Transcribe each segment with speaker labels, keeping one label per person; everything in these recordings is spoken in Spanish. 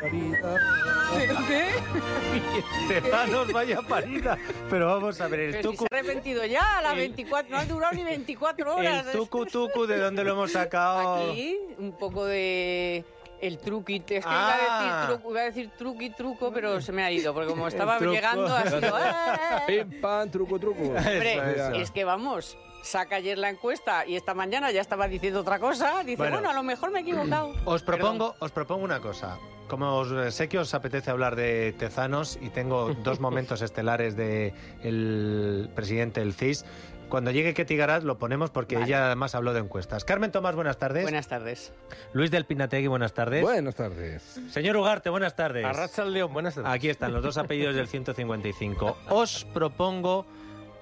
Speaker 1: parida.
Speaker 2: Tejanos, vaya parida. Pero vamos a ver, el
Speaker 1: Pero si
Speaker 2: tucu,
Speaker 1: se ha arrepentido ya a las
Speaker 2: El-
Speaker 1: 24, no ha durado ni 24 horas.
Speaker 2: el tucu tucu, ¿de dónde lo hemos sacado?
Speaker 1: Aquí, un poco de... El truqui, es que iba, a
Speaker 2: Ah.
Speaker 1: decir truco, iba a decir truqui, truco, pero se me ha ido, porque como
Speaker 2: El
Speaker 1: Pues estaba
Speaker 2: truco.
Speaker 1: llegando ha sido... "Ah".
Speaker 3: Pim, pam, truco, truco.
Speaker 1: Hombre,
Speaker 2: Eso, eso.
Speaker 1: es que vamos, saca ayer la encuesta y esta mañana ya estaba diciendo otra cosa. Dice, bueno,
Speaker 2: Bueno.
Speaker 1: a lo mejor me he equivocado.
Speaker 2: Os propongo, os propongo una cosa. Como os- eh, sé que os apetece hablar de Tezanos y tengo dos momentos estelares de el presidente del CIS, cuando llegue Ketty Garat lo ponemos porque
Speaker 1: Vale.
Speaker 2: ella además habló de encuestas. Carmen Tomás, buenas tardes.
Speaker 1: Buenas tardes.
Speaker 2: Luis del Pinategui, buenas tardes.
Speaker 3: Buenas tardes.
Speaker 2: Señor Ugarte, buenas tardes.
Speaker 4: Arracha el león, buenas tardes.
Speaker 2: Aquí están los dos apellidos del 155. Os propongo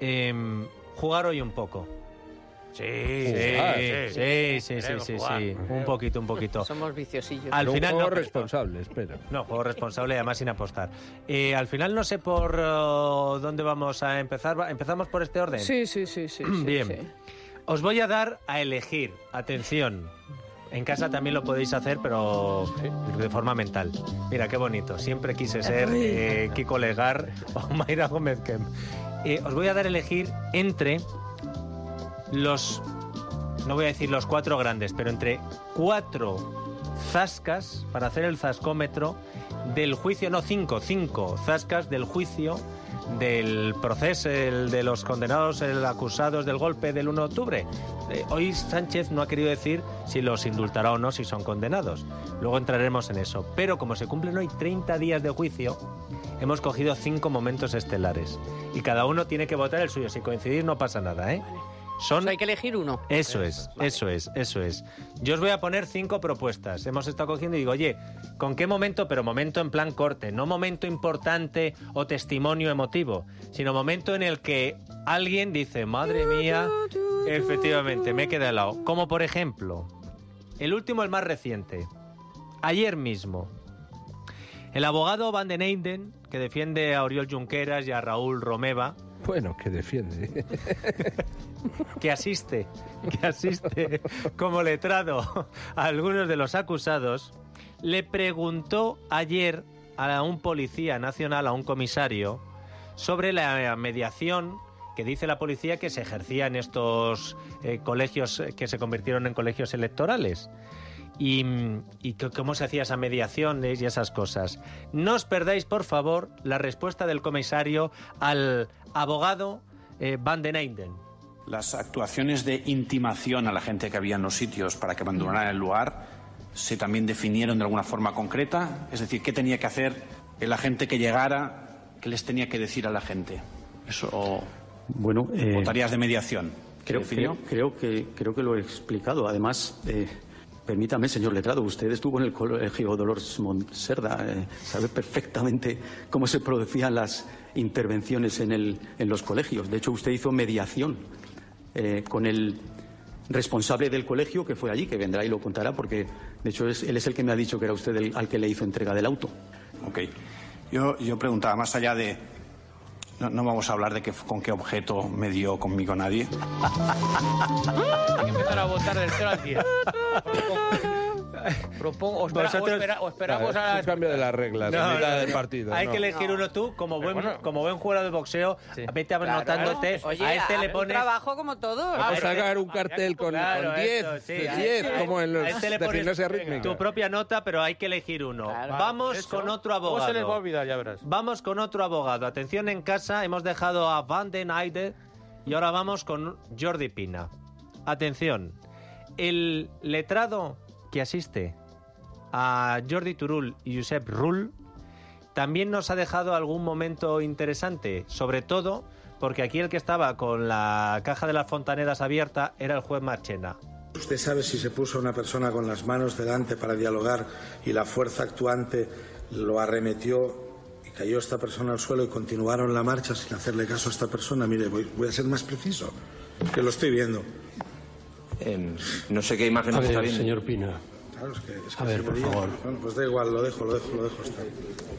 Speaker 2: em, jugar hoy un poco.
Speaker 4: Sí,
Speaker 2: sí, sí, sí, sí,
Speaker 4: Queremos
Speaker 2: sí,
Speaker 4: jugar.
Speaker 2: sí. Un poquito, un poquito.
Speaker 1: Somos viciosillos.
Speaker 2: Al
Speaker 3: Pero un
Speaker 2: final
Speaker 3: juego
Speaker 2: no, pero-
Speaker 3: responsable, espera.
Speaker 2: No, juego responsable y además sin apostar. Eh, al final no sé por eh, dónde vamos a empezar. Va- ¿Empezamos por este orden?
Speaker 5: Sí, sí, sí, sí. sí,
Speaker 2: Bien.
Speaker 5: sí.
Speaker 2: Os voy a dar a elegir. Atención. En casa también lo podéis hacer, pero de forma mental. Mira, qué bonito. Siempre quise ser eh, Kiko Legar o Mayra Gómez Kem. Eh, os voy a dar a elegir entre los... No voy a decir los cuatro grandes, pero entre cuatro zascas para hacer el zascómetro del juicio, no cinco, cinco zascas del juicio del proceso, el de los condenados, el acusados del golpe del 1 de octubre. Eh, hoy Sánchez no ha querido decir si los indultará o no si son condenados. Luego entraremos en eso. Pero como se cumplen hoy 30 días de juicio, hemos cogido cinco momentos estelares. Y cada uno tiene que votar el suyo. Si coincidir no pasa nada, ¿eh?
Speaker 1: O
Speaker 2: Son
Speaker 1: sea, hay que elegir uno.
Speaker 2: eso es, eso es, eso es. Yo os voy a poner cinco propuestas. Hemos estado cogiendo y digo, oye, ¿con qué momento? Pero momento en plan corte, no momento importante o testimonio emotivo, sino momento en el que alguien dice, madre mía, efectivamente, me he quedado helado. Como por ejemplo, el último, el más reciente, ayer mismo. El abogado Van den Eyden, que defiende a Oriol Junqueras y a Raúl Romeva,
Speaker 3: Bueno, que defiende.
Speaker 2: que asiste, que asiste como letrado a algunos de los acusados, le preguntó ayer a un policía nacional, a un comisario, sobre la mediación que dice la policía que se ejercía en estos eh, colegios eh, que se convirtieron en colegios electorales. Y, mm, y c- cómo se hacía esa mediación eh, y esas cosas. No os perdáis, por favor, la respuesta del comisario al abogado eh, Van den Eyden.
Speaker 6: Las actuaciones de intimación a la gente que había en los sitios para que abandonaran el lugar se también definieron de alguna forma concreta, es decir, qué tenía que hacer el agente que llegara, qué les tenía que decir a la gente. Eso o,
Speaker 7: Bueno, eh,
Speaker 6: o tareas de mediación. ¿Se
Speaker 7: creo,
Speaker 6: definió?
Speaker 7: creo, creo que, creo que lo he explicado. Además, eh, permítame, señor letrado, usted estuvo en el colegio Dolores Monserda, eh, sabe perfectamente cómo se producían las intervenciones en, el, en los colegios. De hecho, usted hizo mediación eh, con el responsable del colegio que fue allí, que vendrá y lo contará, porque de hecho es- él es el que me ha dicho que era usted el- al que le hizo entrega del auto.
Speaker 6: Ok. Yo, yo preguntaba, más allá de... No, no vamos a hablar de que, con qué objeto me dio conmigo nadie.
Speaker 4: Hay que empezar a votar del 0 al 10. Propongo, o, espera-
Speaker 2: Vosotros-
Speaker 4: o espera- o esperamos a
Speaker 3: Un cambio de las reglas,
Speaker 2: No,
Speaker 3: la mitad
Speaker 2: no,
Speaker 3: del
Speaker 2: no.
Speaker 3: partido.
Speaker 2: Hay
Speaker 3: no.
Speaker 2: que elegir uno tú, como buen,
Speaker 4: bueno.
Speaker 2: como buen jugador de boxeo,
Speaker 4: Sí.
Speaker 2: vete
Speaker 4: Claro.
Speaker 2: anotándote.
Speaker 1: Oye,
Speaker 2: a este le
Speaker 1: un
Speaker 2: pones.
Speaker 1: trabajo como todos.
Speaker 2: Ah,
Speaker 3: Vamos a
Speaker 2: este-
Speaker 3: sacar un
Speaker 2: habría
Speaker 3: cartel
Speaker 2: que-
Speaker 3: con
Speaker 2: claro,
Speaker 3: con 10,
Speaker 2: esto, sí, a
Speaker 3: 10,
Speaker 2: este-
Speaker 3: como en los
Speaker 2: a este le
Speaker 3: de
Speaker 2: pones
Speaker 3: gimnasia
Speaker 4: venga.
Speaker 3: rítmica.
Speaker 2: Tu propia nota, pero hay que elegir uno.
Speaker 1: Claro.
Speaker 2: Vamos
Speaker 4: Eso.
Speaker 2: con otro
Speaker 4: ¿Cómo se les va a
Speaker 2: abogado.
Speaker 4: olvidar? Ya verás.
Speaker 2: Vamos con otro abogado. Atención en casa, hemos dejado a Van den Eyde y ahora vamos con Jordi Pina. Atención, el letrado que asiste a Jordi Turul y Josep Rull también nos ha dejado algún momento interesante, sobre todo porque aquí el que estaba con la caja de las fontaneras abierta era el juez Marchena.
Speaker 8: ¿Usted sabe si se puso una persona con las manos delante para dialogar y la fuerza actuante lo arremetió y cayó esta persona al suelo y continuaron la marcha sin hacerle caso a esta persona? Mire, voy, voy a ser más preciso, que lo estoy viendo.
Speaker 9: no sé qué imagen
Speaker 10: A ver, señor Pina,
Speaker 8: Claro, es que, es que
Speaker 5: A ver,
Speaker 8: si lo
Speaker 5: por
Speaker 8: digo-
Speaker 5: favor.
Speaker 8: Bueno, pues da igual, lo dejo, lo dejo, lo dejo. Está.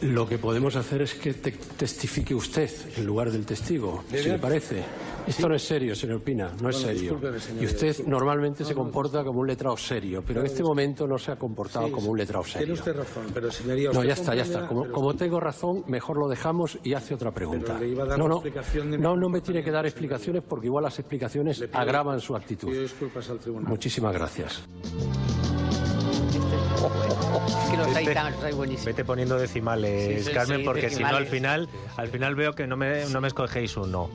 Speaker 5: Lo que podemos hacer es que te- testifique usted en lugar del testigo, si le parece. Esto no es serio, señor Pina, no es serio.
Speaker 8: discúlpeme, señor,
Speaker 5: y usted normalmente se comporta como un letrado serio, pero en este momento no se ha comportado como un letrado
Speaker 8: Tiene
Speaker 5: serio.
Speaker 8: usted razón, pero señoría...
Speaker 5: No,
Speaker 8: usted
Speaker 5: ya está, ya
Speaker 8: comprenderá,
Speaker 5: está. Como,
Speaker 8: pero-
Speaker 5: como tengo razón, mejor lo dejamos y hace otra pregunta.
Speaker 8: Pero le iba a dar
Speaker 5: No,
Speaker 8: la
Speaker 5: no,
Speaker 8: explicación de mi
Speaker 5: no, no me tiene
Speaker 8: comportamiento,
Speaker 5: que dar
Speaker 8: señor.
Speaker 5: explicaciones porque igual las explicaciones
Speaker 8: pido-
Speaker 5: agravan su actitud.
Speaker 8: Pido disculpas al tribunal.
Speaker 5: Muchísimas gracias.
Speaker 1: Es que los hay
Speaker 2: Vete-
Speaker 1: tan, los hay buenísimos.
Speaker 2: Vete poniendo decimales,
Speaker 1: Sí, sí,
Speaker 2: Carmen,
Speaker 1: sí,
Speaker 2: porque si no al
Speaker 1: decimales.
Speaker 2: final, al final veo que no me, no me escogéis uno.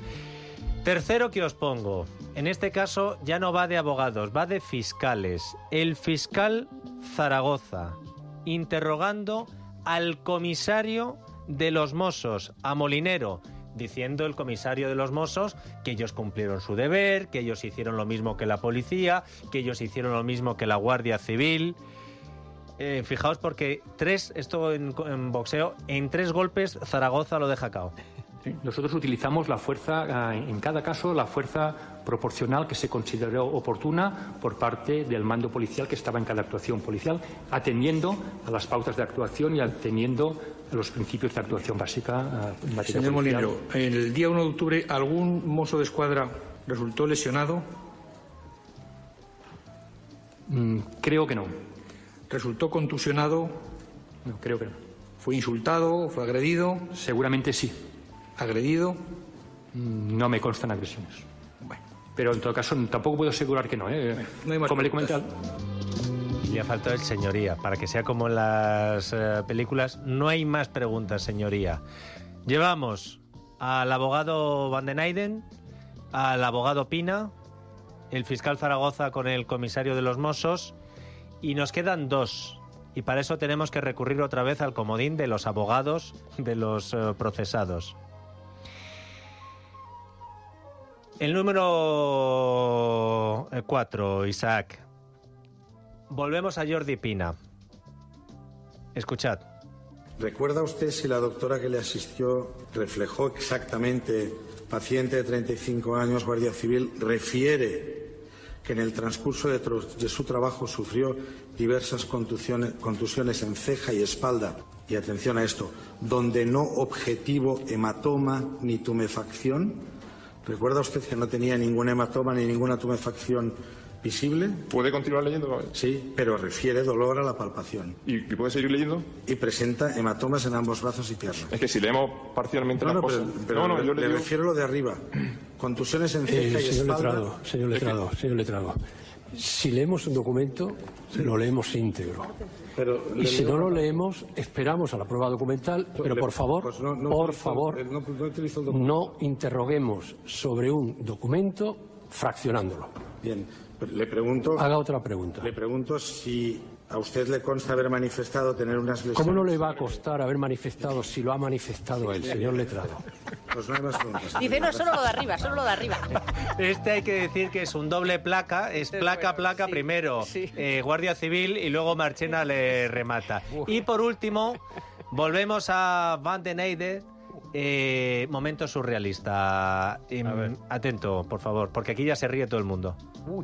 Speaker 2: Tercero que os pongo. En este caso ya no va de abogados, va de fiscales. El fiscal Zaragoza interrogando al comisario de los Mossos, a Molinero, diciendo el comisario de los Mossos que ellos cumplieron su deber, que ellos hicieron lo mismo que la policía, que ellos hicieron lo mismo que la Guardia Civil. Eh, fijaos porque tres, esto en, en boxeo, en tres golpes Zaragoza lo deja cao.
Speaker 9: Sí, Nosotros utilizamos la fuerza, ah, en cada caso, la fuerza proporcional que se consideró oportuna por parte del mando policial que estaba en cada actuación policial, atendiendo a las pautas de actuación y atendiendo a los principios de actuación básica ah, en materia
Speaker 10: Señor
Speaker 9: policial.
Speaker 10: Molinero, el día 1 de octubre algún mozo de escuadra resultó lesionado,
Speaker 9: Mm, Creo que no.
Speaker 10: resultó contusionado,
Speaker 9: No, creo que no.
Speaker 10: fue insultado, fue agredido,
Speaker 9: Seguramente sí.
Speaker 10: agredido.
Speaker 9: Mm, No me constan agresiones.
Speaker 10: Bueno,
Speaker 9: Pero en todo caso, tampoco puedo asegurar que no. ¿eh?
Speaker 10: no hay más
Speaker 9: Como le he
Speaker 10: preguntas.
Speaker 9: comentado,
Speaker 2: Le ha faltado el señoría, para que sea como en las eh, películas, no hay más preguntas, señoría. Llevamos al abogado Van den Eyden, al abogado Pina, el fiscal Zaragoza con el comisario de los Mossos y nos quedan dos. Y para eso tenemos que recurrir otra vez al comodín de los abogados de los eh, procesados. El número 4, Isaac. Volvemos a Jordi Pina. Escuchad.
Speaker 8: ¿Recuerda usted si la doctora que le asistió reflejó exactamente, paciente de 35 años, guardia civil, refiere que en el transcurso de, tro- de su trabajo sufrió diversas contusiones, contusiones en ceja y espalda? Y atención a esto, donde no objetivo hematoma ni tumefacción. ¿Recuerda usted que no tenía ningún hematoma ni ninguna tumefacción visible?
Speaker 11: ¿Puede continuar leyendo?
Speaker 8: Sí, pero refiere dolor a la palpación.
Speaker 11: ¿Y y puede seguir leyendo?
Speaker 8: Y presenta hematomas en ambos brazos y piernas.
Speaker 11: Es que si leemos parcialmente
Speaker 8: No,
Speaker 11: la
Speaker 8: no,
Speaker 11: cosa...
Speaker 8: pero, pero
Speaker 11: no, no, yo
Speaker 8: le,
Speaker 11: le digo...
Speaker 8: refiero a lo de arriba. Contusiones en ceja
Speaker 5: Eh,
Speaker 8: y
Speaker 5: señor
Speaker 8: espalda.
Speaker 5: letrado, señor letrado, señor letrado. Si leemos un documento, lo leemos íntegro.
Speaker 8: Pero
Speaker 5: Y si no lo leemos, esperamos a la prueba documental, pero
Speaker 8: le-
Speaker 5: por favor,
Speaker 8: pues no- no utilizo-
Speaker 5: por
Speaker 8: eh,
Speaker 5: favor,
Speaker 8: No, no utilizo el documento.
Speaker 5: no interroguemos sobre un documento fraccionándolo.
Speaker 8: Bien, pero le pregunto,
Speaker 5: Haga otra pregunta.
Speaker 8: le pregunto si a usted le consta haber manifestado tener unas lesiones.
Speaker 5: ¿Cómo no le va a costar haber manifestado si lo ha manifestado él, señor letrado?
Speaker 8: Pues no hay más
Speaker 2: Ah.
Speaker 8: preguntas.
Speaker 12: Dice, no, solo lo de arriba, solo lo de arriba.
Speaker 2: Este hay que decir que es un doble placa, es
Speaker 1: Este es
Speaker 2: placa,
Speaker 1: bueno,
Speaker 2: placa,
Speaker 1: sí,
Speaker 2: primero
Speaker 1: sí.
Speaker 2: eh, Guardia Civil y luego Marchena le remata. Y por último, volvemos a Van den Eyde, eh, momento surrealista. Em, atento, por favor, porque aquí ya se ríe todo el mundo.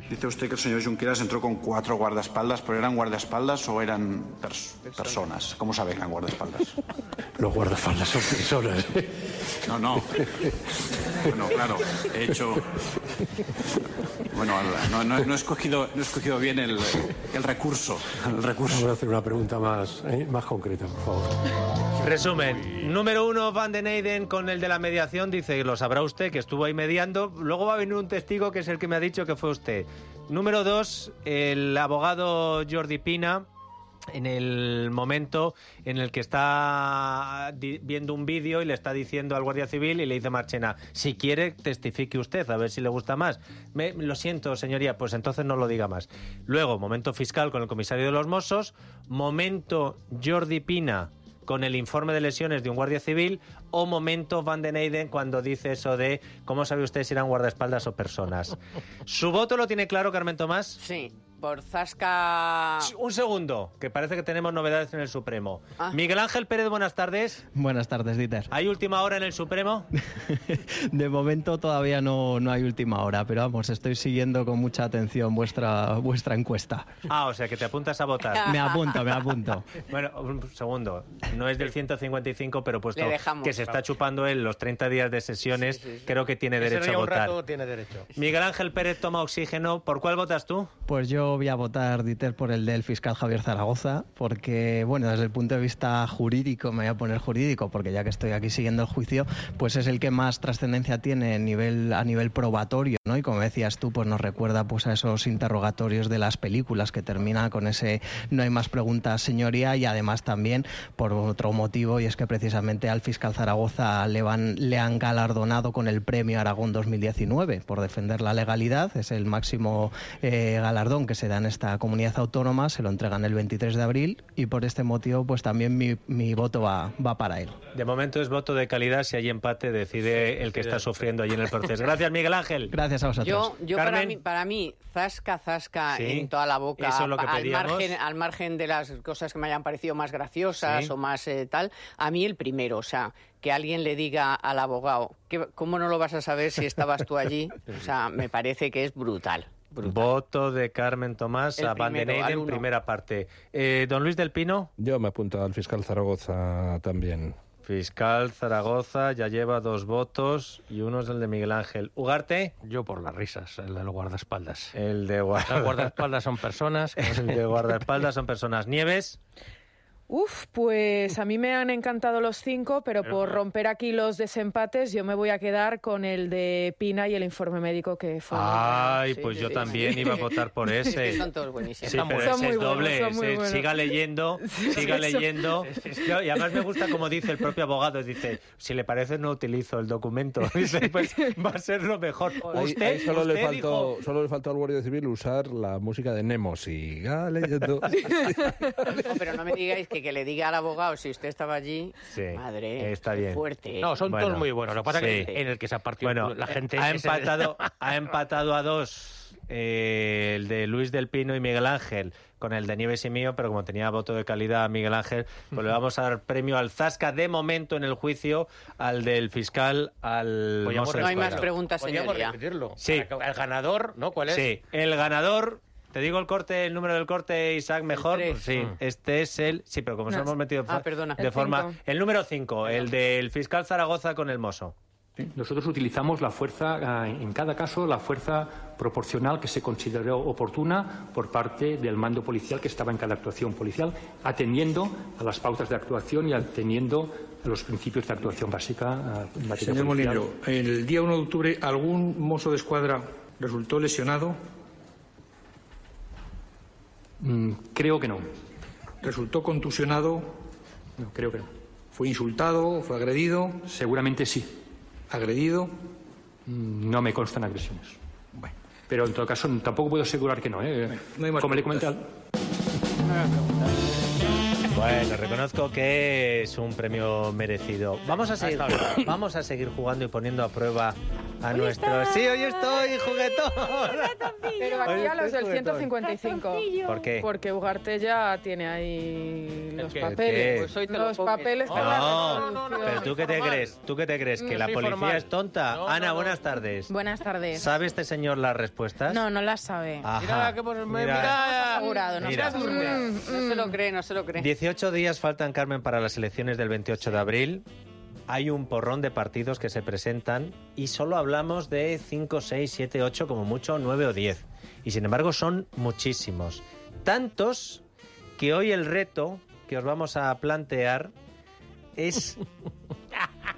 Speaker 6: Dice usted que el señor Junqueras entró con cuatro guardaespaldas, pero ¿eran guardaespaldas o eran pers- personas? ¿Cómo sabe que eran guardaespaldas?
Speaker 5: Los guardaespaldas son personas.
Speaker 6: No, no. Bueno, claro, he hecho... Bueno, no, no- no he, escogido, no he escogido bien el, el recurso. El
Speaker 5: Vamos
Speaker 6: recurso.
Speaker 5: a hacer una pregunta más, eh, más concreta, por favor.
Speaker 2: Resumen, número uno, Van den Eyden con el de la mediación, dice, lo sabrá usted, que estuvo ahí mediando, luego va a venir un testigo que es el que me ha dicho que fue usted. Número dos, el abogado Jordi Pina, en el momento en el que está di- viendo un vídeo y le está diciendo al Guardia Civil y le dice Marchena, si quiere testifique usted, a ver si le gusta más. Me- lo siento, señoría, pues entonces no lo diga más. Luego, momento fiscal con el comisario de los Mossos, momento Jordi Pina con el informe de lesiones de un guardia civil o momento Van den Eyden cuando dice eso de ¿cómo sabe usted si eran guardaespaldas o personas? ¿Su voto lo tiene claro Carmen Tomás?
Speaker 1: Sí, por Zasca...
Speaker 2: Un segundo, que parece que tenemos novedades en el Supremo.
Speaker 1: Ah.
Speaker 2: Miguel Ángel Pérez, buenas tardes.
Speaker 13: Buenas tardes, Dieter.
Speaker 2: ¿Hay última hora en el Supremo?
Speaker 13: De momento todavía no, no hay última hora, pero vamos, estoy siguiendo con mucha atención vuestra, vuestra encuesta.
Speaker 2: Ah, o sea, que te apuntas a votar.
Speaker 13: Me apunto, me apunto.
Speaker 2: Bueno, un segundo. No es del 155, pero puesto
Speaker 14: Le dejamos.
Speaker 2: que se está chupando él los 30 días de sesiones, creo que tiene
Speaker 14: Ese
Speaker 2: derecho a
Speaker 14: río un
Speaker 2: votar.
Speaker 14: rato tiene derecho.
Speaker 2: Miguel Ángel Pérez toma oxígeno. ¿Por cuál votas tú?
Speaker 13: Pues yo voy a votar, Dieter, por el del fiscal Javier Zaragoza, porque, bueno, desde el punto de vista jurídico, me voy a poner jurídico, porque ya que estoy aquí siguiendo el juicio, pues es el que más trascendencia tiene en nivel, a nivel probatorio, ¿no? Y como decías tú, pues nos recuerda pues a esos interrogatorios de las películas que termina con ese no hay más preguntas, señoría, y además también por otro motivo, y es que precisamente al fiscal Zaragoza le, van, le han galardonado con el premio Aragón 2019 por defender la legalidad, es el máximo eh, galardón que se da en esta comunidad autónoma, se lo entregan el 23 de abril, y por este motivo, pues también mi, mi voto va, va para él.
Speaker 2: De momento es voto de calidad. Si hay empate, decide el que está sufriendo allí en el proceso. Gracias, Miguel Ángel.
Speaker 13: Gracias a vosotros.
Speaker 2: Yo,
Speaker 1: Yo, yo para, mí, para mí, zasca, zasca
Speaker 2: Sí.
Speaker 1: en toda la boca,
Speaker 2: Eso es lo que
Speaker 1: al,
Speaker 2: pedíamos.
Speaker 1: margen, al margen de las cosas que me hayan parecido más graciosas
Speaker 2: Sí.
Speaker 1: o más eh, tal, a mí el primero, o sea, que alguien le diga al abogado, que, ¿cómo no lo vas a saber si estabas tú allí? O sea, me parece que es brutal.
Speaker 2: Voto de Carmen Tomás
Speaker 1: El
Speaker 2: a Van den
Speaker 1: primero, al
Speaker 2: Eyden,
Speaker 1: uno.
Speaker 2: primera parte. Eh, don Luis del Pino.
Speaker 3: Yo me apunto al fiscal Zaragoza también.
Speaker 2: Fiscal Zaragoza ya lleva dos votos y uno es el de Miguel Ángel. ¿Ugarte?
Speaker 14: Yo por las risas, el del guardaespaldas.
Speaker 2: El de
Speaker 14: Los
Speaker 2: guardaespaldas.
Speaker 14: guardaespaldas son personas.
Speaker 2: El de guardaespaldas son personas. Nieves.
Speaker 15: Uf, pues a mí me han encantado los cinco, pero
Speaker 2: Pero-
Speaker 15: por romper aquí los desempates, yo me voy a quedar con el de Pina y el informe médico que fue.
Speaker 2: Ay,
Speaker 15: Sí,
Speaker 2: pues
Speaker 15: sí,
Speaker 2: yo
Speaker 15: sí,
Speaker 2: también
Speaker 15: sí.
Speaker 2: iba a votar por
Speaker 15: Es que
Speaker 2: ese.
Speaker 15: son todos buenísimos.
Speaker 2: Sí,
Speaker 15: Son
Speaker 2: pero
Speaker 15: muy
Speaker 2: ese es
Speaker 15: buenos,
Speaker 2: doble.
Speaker 15: son muy
Speaker 2: ese-
Speaker 15: buenos.
Speaker 2: Siga leyendo, siga
Speaker 15: eso.
Speaker 2: leyendo. No, Y además me gusta como dice el propio abogado, dice, si le parece no utilizo el documento. Dice, pues va a ser lo mejor.
Speaker 3: Ahí-
Speaker 2: Usted,
Speaker 3: ahí solo,
Speaker 2: usted
Speaker 3: le faltó,
Speaker 2: dijo...
Speaker 3: solo le faltó al Guardia Civil usar la música de Nemo. Siga leyendo.
Speaker 1: No, pero no me digáis que, que le diga al abogado si usted estaba allí.
Speaker 2: Sí,
Speaker 1: Madre,
Speaker 2: está bien.
Speaker 1: fuerte.
Speaker 14: No, son
Speaker 2: Bueno,
Speaker 14: todos muy buenos. Lo que pasa es
Speaker 2: sí.
Speaker 14: que en el que se ha partido
Speaker 2: Bueno,
Speaker 14: la gente...
Speaker 2: ha
Speaker 14: es-
Speaker 2: empatado, ha empatado a dos eh, el de Luis del Pino y Miguel Ángel con el de Nieves y mío, pero como tenía voto de calidad a Miguel Ángel, pues le vamos a dar premio al Zasca de momento en el juicio, al del fiscal, al...
Speaker 14: Podríamos
Speaker 2: sé
Speaker 14: No hay más
Speaker 2: cuál.
Speaker 1: preguntas,
Speaker 14: Podríamos
Speaker 1: señoría.
Speaker 14: repetirlo.
Speaker 2: Sí.
Speaker 14: Para que- El ganador, ¿no? ¿Cuál es?
Speaker 2: Sí, el ganador. Te digo el corte, el número del corte, Isaac, mejor. Sí, este es el. Sí, pero como nos
Speaker 1: No,
Speaker 2: hemos metido
Speaker 1: ah,
Speaker 2: fa-
Speaker 1: perdona.
Speaker 2: de
Speaker 1: El
Speaker 2: forma.
Speaker 1: cinco.
Speaker 2: El número 5, el del fiscal Zaragoza con el mozo.
Speaker 9: Nosotros utilizamos la fuerza, ah, en cada caso, la fuerza proporcional que se consideró oportuna por parte del mando policial que estaba en cada actuación policial, atendiendo a las pautas de actuación y atendiendo a los principios de actuación básica. ah, en materia
Speaker 10: Señor
Speaker 9: policial.
Speaker 10: Molinero, el día 1 de octubre algún mozo de escuadra resultó lesionado.
Speaker 9: Mm, creo que no.
Speaker 10: ¿Resultó contusionado?
Speaker 9: No, creo que no.
Speaker 10: ¿Fue insultado? ¿Fue agredido?
Speaker 9: Seguramente sí.
Speaker 10: ¿Agredido?
Speaker 9: Mm, No me constan agresiones. Pero en todo caso, tampoco puedo asegurar que no. ¿eh? Como le he comentado,
Speaker 2: Bueno, reconozco que es un premio merecido. Vamos a seguir, vamos a seguir jugando y poniendo a prueba a nuestro. Sí, hoy estoy juguetón.
Speaker 15: Pero aquí
Speaker 2: Oye,
Speaker 15: a los
Speaker 2: estoy
Speaker 15: del
Speaker 2: juguetón.
Speaker 15: 155.
Speaker 2: ¿Por qué?
Speaker 15: Porque Ugarte ya tiene ahí los
Speaker 2: qué? ¿El qué? Ah.
Speaker 15: papeles.
Speaker 2: Pues
Speaker 1: hoy te lo
Speaker 15: los
Speaker 1: comes.
Speaker 15: papeles
Speaker 2: No,
Speaker 15: para la resolución.
Speaker 2: pero ¿tú qué te crees? ¿Tú qué te crees? ¿Que
Speaker 15: No
Speaker 2: la
Speaker 15: soy
Speaker 2: policía
Speaker 15: formal.
Speaker 2: es tonta?
Speaker 15: No,
Speaker 2: Ana,
Speaker 15: no, no.
Speaker 2: buenas tardes.
Speaker 16: Buenas tardes.
Speaker 2: ¿Sabe este señor las respuestas?
Speaker 16: No, no la sabe.
Speaker 2: Ajá.
Speaker 1: pues
Speaker 2: Mira,
Speaker 15: pues,
Speaker 2: que por- Mira. mira.
Speaker 16: Asegurado, no
Speaker 2: Mira.
Speaker 16: se
Speaker 15: Mm,
Speaker 16: lo sabe.
Speaker 1: No se lo cree, no se lo cree.
Speaker 2: 18 días faltan, Carmen, para las elecciones del 28 de abril. Hay un porrón de partidos que se presentan y solo hablamos de 5, 6, 7, 8, como mucho 9 o 10. Y sin embargo son muchísimos. Tantos que hoy el reto que os vamos a plantear es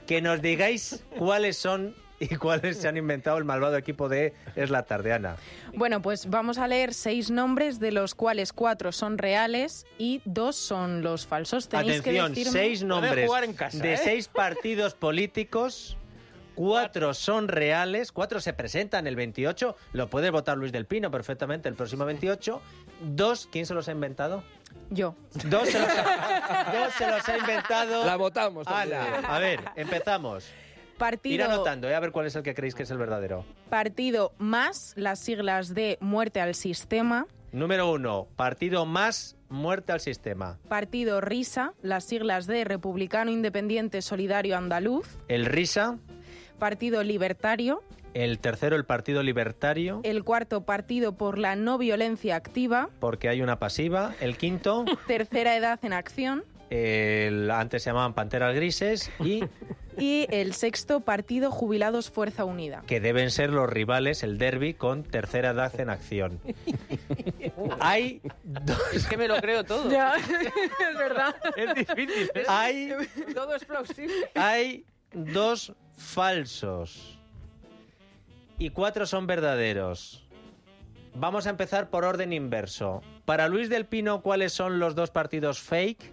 Speaker 2: que nos digáis cuáles son y cuáles se han inventado el malvado equipo de Es la Tardeana.
Speaker 16: Bueno, pues vamos a leer seis nombres, de los cuales cuatro son reales y dos son los falsos. Tenéis
Speaker 2: Atención,
Speaker 16: que decirme...
Speaker 2: seis nombres
Speaker 16: ¿eh?
Speaker 2: de seis partidos políticos. Cuatro son reales, cuatro se presentan el 28, lo puede votar Luis del Pino perfectamente el próximo 28. Dos, ¿quién se los ha inventado?
Speaker 16: Yo.
Speaker 2: Dos se los ha, dos se los ha inventado.
Speaker 16: La votamos también.
Speaker 2: Ala. A ver, empezamos. Ir
Speaker 16: Partido,
Speaker 2: anotando, eh, a ver cuál es el que creéis que es el verdadero.
Speaker 16: partido más las siglas de Muerte al Sistema,
Speaker 2: Número uno, partido más muerte al sistema.
Speaker 16: Partido RISA, las siglas de Republicano Independiente Solidario Andaluz.
Speaker 2: El RISA.
Speaker 16: Partido Libertario.
Speaker 2: El tercero, el Partido Libertario.
Speaker 16: El cuarto, Partido por la No Violencia Activa.
Speaker 2: Porque hay una pasiva. El quinto,
Speaker 16: Tercera Edad en Acción.
Speaker 2: el, antes se llamaban Panteras Grises. Y
Speaker 16: Y el sexto, Partido Jubilados Fuerza Unida.
Speaker 2: que deben ser los rivales, el derby con tercera edad en acción. Hay
Speaker 4: Es que me lo creo todo.
Speaker 15: Ya, es verdad.
Speaker 2: Es difícil. ¿eh? Hay,
Speaker 15: Todo es plausible.
Speaker 2: hay dos falsos. Y cuatro son verdaderos. Vamos a empezar por orden inverso. Para Luis del Pino, ¿cuáles son los dos partidos fake?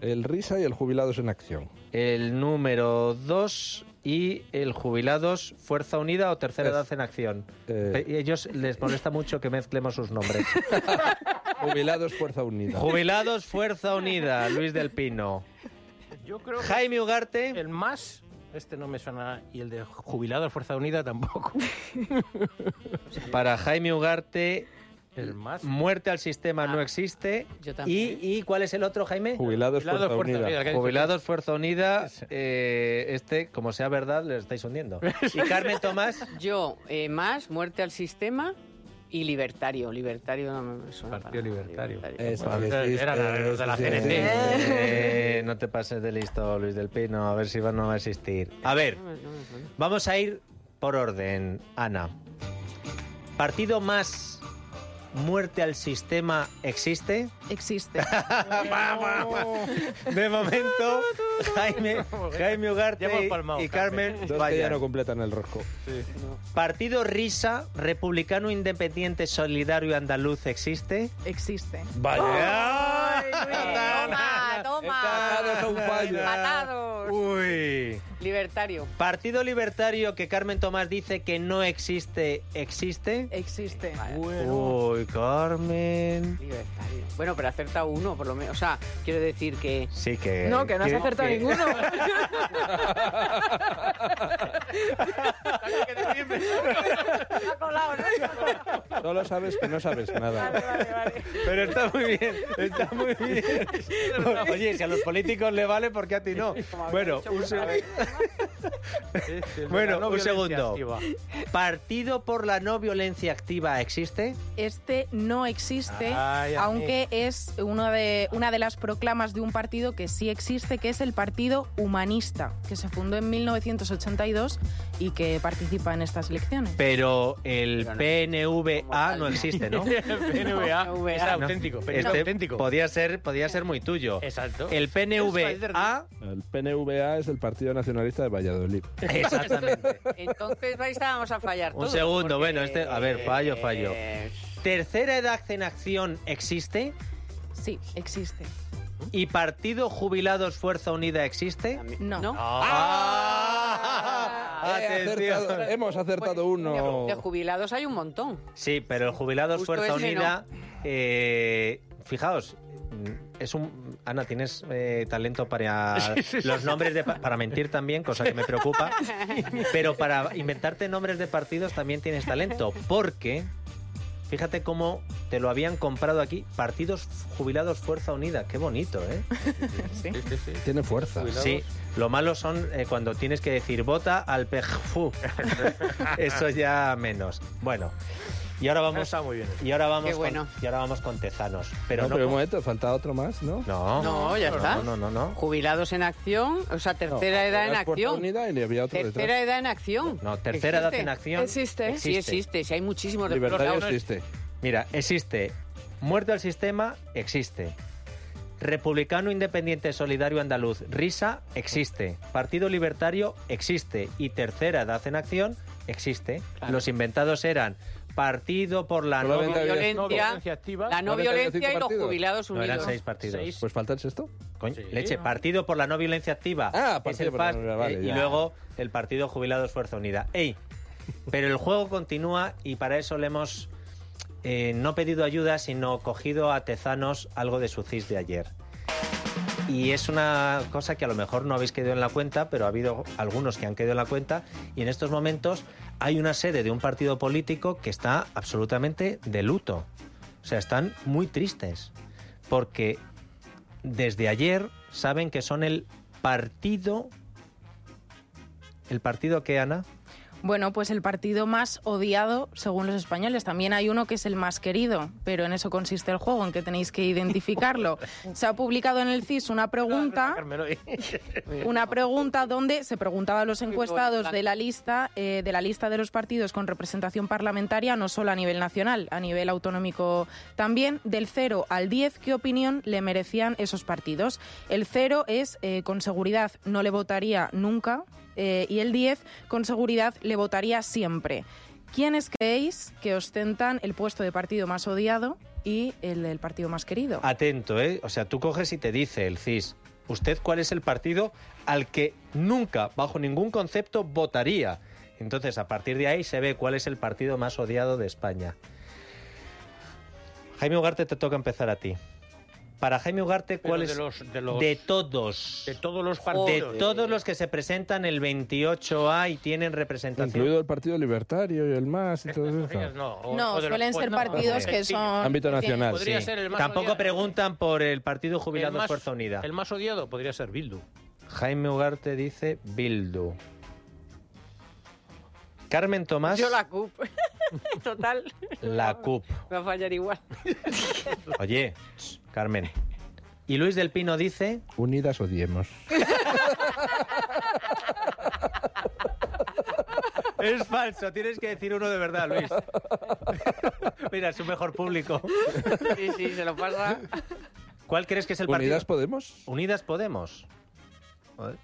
Speaker 3: El Risa y el Jubilados en Acción.
Speaker 2: El número dos y el Jubilados Fuerza Unida o Tercera
Speaker 3: Es-
Speaker 2: Edad en Acción. Pe- Ellos les molesta mucho que mezclemos sus nombres.
Speaker 3: Jubilados Fuerza Unida.
Speaker 2: Jubilados Fuerza Unida, Luis del Pino.
Speaker 14: Yo creo
Speaker 2: Jaime Ugarte.
Speaker 14: El más. Este no me suena. Y el de jubilado Fuerza Unida tampoco.
Speaker 2: Para Jaime Ugarte,
Speaker 14: El más.
Speaker 2: muerte al sistema no existe.
Speaker 14: también.
Speaker 2: ¿Y, y cuál es el otro, Jaime?
Speaker 3: Jubilados Fuerza Unida.
Speaker 2: Jubilados Fuerza Unida, eh, este, como sea verdad, le estáis hundiendo. Y Carmen Tomás,
Speaker 1: Yo, eh, más, muerte al sistema y libertario. Libertario no me suena. Partido libertario.
Speaker 3: Eso,
Speaker 2: Bueno,
Speaker 3: eso,
Speaker 2: era la-
Speaker 3: eso,
Speaker 2: de la
Speaker 3: sí,
Speaker 2: CNT.
Speaker 3: sí.
Speaker 2: Eh, no te pases de listo, Luis del Pino, a ver si van no va a existir. A ver, vamos a ir por orden, Ana. ¿Partido más muerte al sistema existe?
Speaker 16: Existe.
Speaker 2: De momento, Jaime, Jaime Ugarte
Speaker 14: Ya hemos
Speaker 2: y-
Speaker 14: palmado,
Speaker 2: y Carmen
Speaker 3: Dos que ya
Speaker 2: Vallar.
Speaker 3: no completan el rosco.
Speaker 2: ¿Partido Risa, Republicano Independiente Solidario Andaluz existe?
Speaker 16: Existe.
Speaker 2: ¡Vaya!
Speaker 12: Toma, toma. Matados.
Speaker 2: Uy.
Speaker 1: Libertario.
Speaker 2: Partido Libertario que Carmen Tomás dice que no existe, ¿existe?
Speaker 16: Existe.
Speaker 2: Uy, Carmen.
Speaker 1: Libertario. Bueno, pero acerta uno, por lo menos. O sea, quiero decir que.
Speaker 2: Sí que.
Speaker 15: No, que no has acertado ninguno.
Speaker 3: Solo sabes que no sabes nada.
Speaker 2: Pero está muy bien, está muy bien. Oye, si a los políticos le vale, ¿por qué a ti no? Bueno, un, se- bueno, un segundo. ¿Partido por la no violencia activa existe?
Speaker 16: Este no existe,
Speaker 2: Ay, amigo.
Speaker 16: aunque es uno de, una de las proclamas de un partido que sí existe, que es el Partido Humanista, que se fundó en 1982 y que participa en estas elecciones.
Speaker 2: Pero el PNVA no existe, ¿no?
Speaker 14: PNVA es
Speaker 2: No.
Speaker 14: auténtico. pero es
Speaker 2: Este
Speaker 14: auténtico.
Speaker 2: Podía ser, podía ser muy tuyo.
Speaker 14: Exacto.
Speaker 2: El PNVA.
Speaker 3: El PNVA es el Partido Nacionalista de Valladolid.
Speaker 2: Exactamente.
Speaker 1: Entonces vais estábamos a fallar
Speaker 2: Un
Speaker 1: todos.
Speaker 2: segundo, bueno, este. A ver, fallo, fallo.
Speaker 1: Eh,
Speaker 2: Tercera edad en acción existe.
Speaker 16: Sí, existe.
Speaker 2: ¿Y Partido Jubilados Fuerza Unida existe?
Speaker 16: No.
Speaker 2: Ah,
Speaker 3: He
Speaker 2: atención.
Speaker 3: acertado- hemos acertado uno.
Speaker 1: De jubilados hay un montón.
Speaker 2: Sí, pero el Jubilados
Speaker 1: Justo
Speaker 2: Fuerza
Speaker 1: ese
Speaker 2: Unida. eh, fijaos, mm, es un. Ana, tienes eh, talento para
Speaker 14: Sí, sí, sí.
Speaker 2: los nombres de. pa- Para mentir también, cosa que me preocupa. Pero para inventarte nombres de partidos también tienes talento. Porque. Fíjate cómo te lo habían comprado aquí. Partidos Jubilados Fuerza Unida. Qué bonito, ¿eh?
Speaker 3: Tiene fuerza.
Speaker 2: Sí, lo malo son eh, cuando tienes que decir vota al PJFU. Eso ya menos. Bueno, y ahora vamos.
Speaker 14: Está muy bien.
Speaker 2: Y ahora vamos,
Speaker 1: Qué bueno.
Speaker 2: con, y ahora vamos con Tezanos. Pero
Speaker 3: Pero
Speaker 2: no,
Speaker 3: no, pero un
Speaker 2: con-
Speaker 3: momento, falta otro más, ¿no?
Speaker 2: no,
Speaker 1: No, ya está.
Speaker 2: No, no, no. no.
Speaker 1: Jubilados en acción, o sea, tercera
Speaker 3: No,
Speaker 1: edad en
Speaker 3: era Fuerza
Speaker 1: acción.
Speaker 3: Unida y le había otro
Speaker 1: Tercera
Speaker 3: detrás.
Speaker 1: edad en acción.
Speaker 2: No, tercera edad
Speaker 1: ¿Existe?
Speaker 2: en acción.
Speaker 15: Existe.
Speaker 1: Sí existe, sí hay muchísimos. de-
Speaker 3: Libertario
Speaker 1: pero, o sea, uno es-
Speaker 3: existe.
Speaker 2: Mira, existe. Muerto al sistema, existe. Republicano Independiente Solidario Andaluz, RISA, existe. Partido Libertario, existe. Y Tercera Edad en Acción, existe. Los inventados eran Partido por la No
Speaker 3: Solamente había-
Speaker 2: Violencia.
Speaker 1: Violencia,
Speaker 14: No violencia activa.
Speaker 1: la no
Speaker 3: ¿Ahora te había
Speaker 1: violencia y
Speaker 3: cinco
Speaker 1: los
Speaker 3: partidos?
Speaker 1: jubilados
Speaker 2: No, eran
Speaker 1: unidos.
Speaker 2: seis partidos.
Speaker 14: Seis.
Speaker 3: Pues falta el sexto.
Speaker 2: Coño,
Speaker 14: Sí.
Speaker 2: leche, partido por la no violencia activa.
Speaker 3: Ah,
Speaker 2: Es
Speaker 3: partido
Speaker 2: el
Speaker 3: por la
Speaker 2: FAST,
Speaker 3: no violencia,
Speaker 2: eh,
Speaker 3: vale,
Speaker 2: Y
Speaker 3: ya.
Speaker 2: luego el partido Jubilados Fuerza Unida. ¡Ey! Pero el juego continúa y para eso le hemos eh, no pedido ayuda, sino cogido a Tezanos algo de su CIS de ayer. Y es una cosa que a lo mejor no habéis quedado en la cuenta, pero ha habido algunos que han quedado en la cuenta. Y en estos momentos hay una sede de un partido político que está absolutamente de luto. O O sea, están muy tristes. Porque desde ayer saben que son el partido. ¿El partido que, Ana?
Speaker 16: Bueno, pues el partido más odiado según los españoles. También hay uno que es el más querido, pero en eso consiste el juego, en que tenéis que identificarlo. Se ha publicado en el CIS una pregunta,
Speaker 2: ¿eh?
Speaker 16: una pregunta donde se preguntaba a los encuestados de la lista, eh, de la lista de los partidos con representación parlamentaria, no solo a nivel nacional, a nivel autonómico también, del 0 al 10, qué opinión le merecían esos partidos. El 0 es, eh, con seguridad, no le votaría nunca, eh, y el 10 con seguridad le votaría siempre. ¿Quiénes creéis que ostentan el puesto de partido más odiado y el del partido más querido?
Speaker 2: Atento, ¿eh? O sea, tú coges y te dice el CIS, ¿usted cuál es el partido al que nunca, bajo ningún concepto, votaría? Entonces, a partir de ahí se ve cuál es el partido más odiado de España. Jaime Ugarte, te toca empezar a ti. Para Jaime Ugarte,
Speaker 14: Pero
Speaker 2: ¿cuál
Speaker 14: de
Speaker 2: es
Speaker 14: los- de los-
Speaker 2: todos?
Speaker 14: De todos los
Speaker 2: De
Speaker 14: partidos.
Speaker 2: todos los que se presentan el 28A y tienen representación.
Speaker 3: Incluido el Partido Libertario y el MAS y
Speaker 2: Este
Speaker 3: todo eso.
Speaker 16: No, suelen ser partidos que son...
Speaker 3: Ámbito nacional,
Speaker 14: Podría
Speaker 3: sí.
Speaker 14: ser el más
Speaker 2: Tampoco
Speaker 14: odiado.
Speaker 2: preguntan por el Partido
Speaker 14: El
Speaker 2: Jubilado
Speaker 14: más,
Speaker 2: Fuerza Unida.
Speaker 14: el más odiado podría ser Bildu.
Speaker 2: Jaime Ugarte dice Bildu. Carmen Tomás,
Speaker 12: Yo la CUP. Total,
Speaker 2: la CUP.
Speaker 12: me va a fallar igual.
Speaker 2: Oye, ch, Carmen. Y Luis del Pino dice...
Speaker 3: Unidas odiemos.
Speaker 2: Es falso, tienes que decir uno de verdad, Luis. Mira, es su mejor público.
Speaker 12: Sí, sí, se lo pasa.
Speaker 2: ¿Cuál crees que es el partido?
Speaker 3: ¿Unidas Podemos?
Speaker 2: Unidas Podemos. Joder.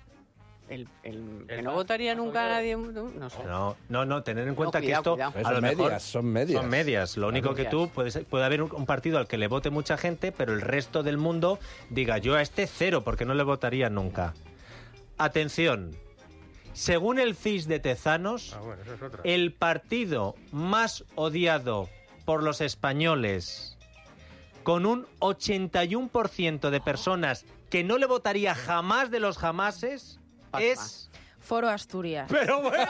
Speaker 1: El, el que no votaría nunca a nadie. No, no sé.
Speaker 2: No, no, no, tener en cuenta
Speaker 1: cuidado,
Speaker 2: que esto
Speaker 1: cuidado.
Speaker 2: a lo
Speaker 3: Son
Speaker 2: mejor-
Speaker 3: medias, son medias.
Speaker 2: Son medias. Lo único que
Speaker 3: medias.
Speaker 2: tú puedes, puede haber un, un partido al que le vote mucha gente, pero el resto del mundo diga yo a este cero porque no le votaría nunca. Atención. Según el CIS de Tezanos, el partido más odiado por los españoles, con un 81% de personas que no le votaría jamás de los jamases, es...
Speaker 16: Foro Asturias.
Speaker 2: Pero bueno.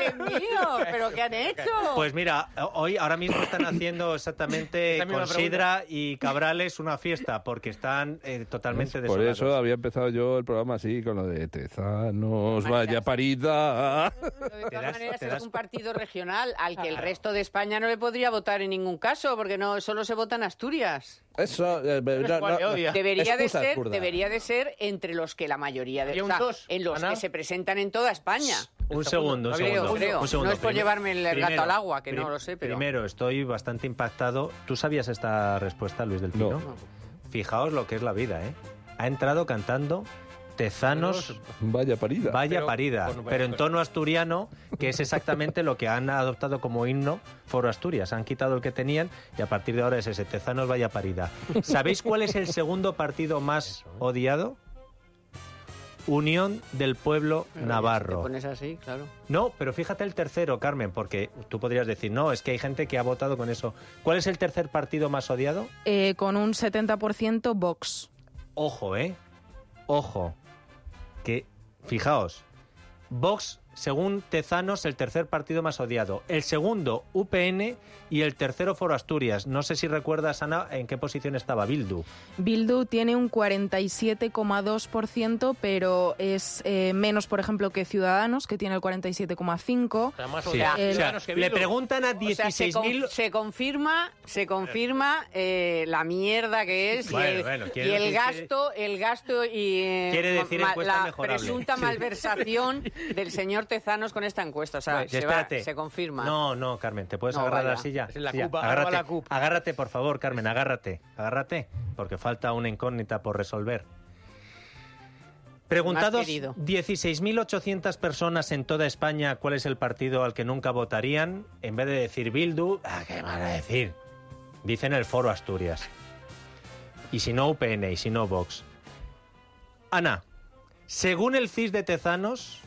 Speaker 12: ¡El mío! ¿Pero qué han hecho?
Speaker 2: Pues mira, hoy ahora mismo están haciendo exactamente
Speaker 12: Esa misma
Speaker 2: con Sidra y Cabrales una fiesta porque están eh, totalmente
Speaker 3: Por
Speaker 2: desolados.
Speaker 3: eso había empezado yo el programa así, con lo de Tezanos, vaya parida.
Speaker 1: De todas maneras,
Speaker 3: te
Speaker 1: es
Speaker 3: das-
Speaker 1: un partido regional al que el resto de España no le podría votar en ningún caso, porque no solo se vota en Asturias.
Speaker 3: Eso, eh, no, no, no.
Speaker 1: Debería de,
Speaker 3: Excusas
Speaker 1: ser,
Speaker 3: burdas.
Speaker 1: debería de ser entre los que la mayoría de
Speaker 14: Había un
Speaker 1: o sea,
Speaker 14: dos,
Speaker 1: en los
Speaker 14: Ana.
Speaker 1: que se presentan en toda España.
Speaker 2: Un segundo, un
Speaker 1: Creo,
Speaker 2: segundo.
Speaker 1: creo.
Speaker 2: un segundo.
Speaker 1: No es por
Speaker 2: Prime-
Speaker 1: llevarme el gato
Speaker 2: primero,
Speaker 1: al agua, que no
Speaker 2: prim-
Speaker 1: lo sé, pero-
Speaker 2: Primero, estoy bastante impactado. ¿Tú sabías esta respuesta, Luis del Pino? Fijaos lo que es la vida, ¿eh? Ha entrado cantando Tezanos...
Speaker 3: Vaya parida.
Speaker 2: Vaya
Speaker 3: Pero-
Speaker 2: parida,
Speaker 3: bueno,
Speaker 2: pero en tono asturiano, que es exactamente lo que han adoptado como himno Foro Asturias. Han quitado el que tenían y a partir de ahora es ese Tezanos Vaya parida. ¿Sabéis cuál es el segundo partido más odiado? Unión del Pueblo
Speaker 1: Te
Speaker 2: Navarro.
Speaker 1: pones así, claro.
Speaker 2: No, pero fíjate el tercero, Carmen, porque tú podrías decir, no, es que hay gente que ha votado con eso. ¿Cuál es el tercer partido más odiado?
Speaker 16: Eh, con un 70% Vox.
Speaker 2: Ojo, ¿eh? Ojo. Que, fijaos, Vox, según Tezanos, el tercer partido más odiado. El segundo, UPN, y el tercero, Foro Asturias. No sé si recuerdas, Ana, en qué posición estaba Bildu.
Speaker 16: Bildu tiene un 47,2%, pero es eh, menos, por ejemplo, que Ciudadanos, que tiene el 47,5%.
Speaker 2: más odiado.
Speaker 16: El-
Speaker 1: Eh,
Speaker 2: O sea, le preguntan a
Speaker 1: O sea, se, con-
Speaker 2: 16.000...
Speaker 1: se confirma, se confirma eh, la mierda que es y
Speaker 2: Bueno,
Speaker 1: el,
Speaker 2: bueno,
Speaker 1: y
Speaker 2: quiere
Speaker 1: el
Speaker 2: decir que-
Speaker 1: gasto, el gasto y eh,
Speaker 2: Quiere decir
Speaker 1: ma-
Speaker 2: encuesta
Speaker 1: la
Speaker 2: mejorable.
Speaker 1: presunta
Speaker 2: Sí.
Speaker 1: malversación del señor Tezanos con esta encuesta. O sea,
Speaker 2: Pues,
Speaker 1: se, va-
Speaker 2: espérate.
Speaker 1: se confirma.
Speaker 2: No, no, Carmen, te puedes
Speaker 1: No,
Speaker 2: agarrar
Speaker 1: vaya.
Speaker 2: la silla.
Speaker 1: Es la
Speaker 2: Silla,
Speaker 1: cupa,
Speaker 2: agárrate,
Speaker 1: arroba la
Speaker 2: agárrate, por favor, Carmen, agárrate. Agárrate, porque falta una incógnita por resolver. Preguntados
Speaker 1: Más querido.
Speaker 2: 16.800 personas en toda España cuál es el partido al que nunca votarían, en vez de decir Bildu, ah, ¿qué van a decir? Dicen el Foro Asturias. Y si no UPN, y si no Vox. Ana, según el CIS de Tezanos,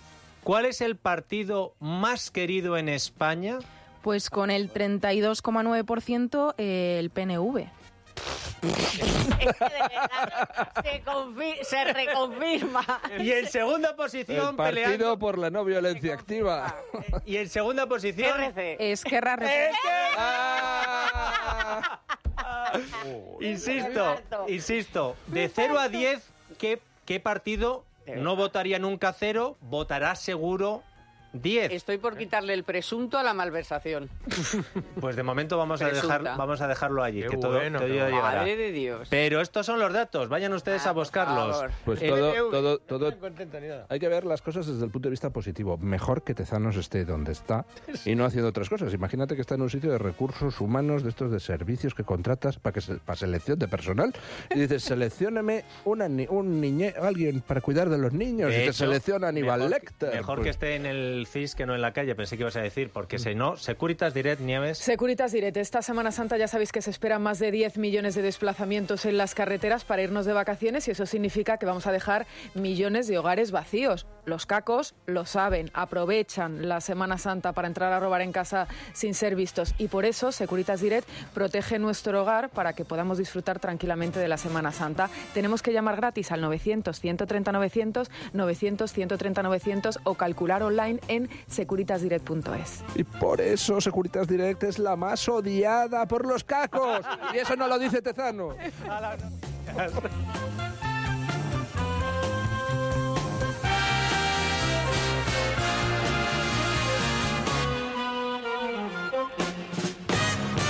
Speaker 2: ¿cuál es el partido más querido en España? eh,
Speaker 16: Pues con el 32,9% el PNV.
Speaker 1: Se, confi- se reconfirma.
Speaker 2: Y en segunda posición
Speaker 3: El partido
Speaker 2: peleando.
Speaker 3: por la no violencia activa.
Speaker 2: Y en segunda posición.
Speaker 16: Esquerra
Speaker 2: Insisto, insisto, de 0 a 10, ¿qué, qué partido no votaría nunca cero? Votará seguro 10.
Speaker 1: Estoy por quitarle el presunto a la malversación.
Speaker 2: Pues de momento vamos a,
Speaker 1: Presunta.
Speaker 2: dejar, vamos a dejarlo allí,
Speaker 14: Qué
Speaker 2: que todo,
Speaker 14: bueno,
Speaker 2: todo
Speaker 14: qué bueno.
Speaker 2: llegará.
Speaker 1: Madre de Dios. Ah,
Speaker 2: Pero estos son los datos, vayan ustedes a buscarlos.
Speaker 1: favor.
Speaker 3: Pues
Speaker 2: Eh,
Speaker 3: todo, todo, todo. Hay que ver las cosas desde el punto de vista positivo. Mejor que Tezanos esté donde está y no haciendo otras cosas. Imagínate que está en un sitio de recursos humanos, de estos de servicios que contratas para, que se- para selección de personal. Y dices, seleccioname una, ni- un niñe, alguien para cuidar de los niños.
Speaker 2: de
Speaker 3: y te
Speaker 2: hecho,
Speaker 3: selecciona Aníbal
Speaker 2: mejor que-
Speaker 3: Lecter.
Speaker 2: Mejor
Speaker 3: Pues-
Speaker 2: que esté en el CIS que no en la calle, pensé que ibas a decir, porque si no, Securitas Direct Nieves.
Speaker 15: Securitas Direct, esta Semana Santa ya sabéis que se esperan más de 10 millones de desplazamientos en las carreteras para irnos de vacaciones y eso significa que vamos a dejar millones de hogares vacíos. Los cacos lo saben, aprovechan la Semana Santa para entrar a robar en casa sin ser vistos y por eso Securitas Direct protege nuestro hogar para que podamos disfrutar tranquilamente de la Semana Santa. Tenemos que llamar gratis al 900 130 900 900 130 900 o calcular online en securitasdirect.es.
Speaker 3: Y por eso Securitas Direct es la más odiada por los cacos. Y eso no lo dice Tezano.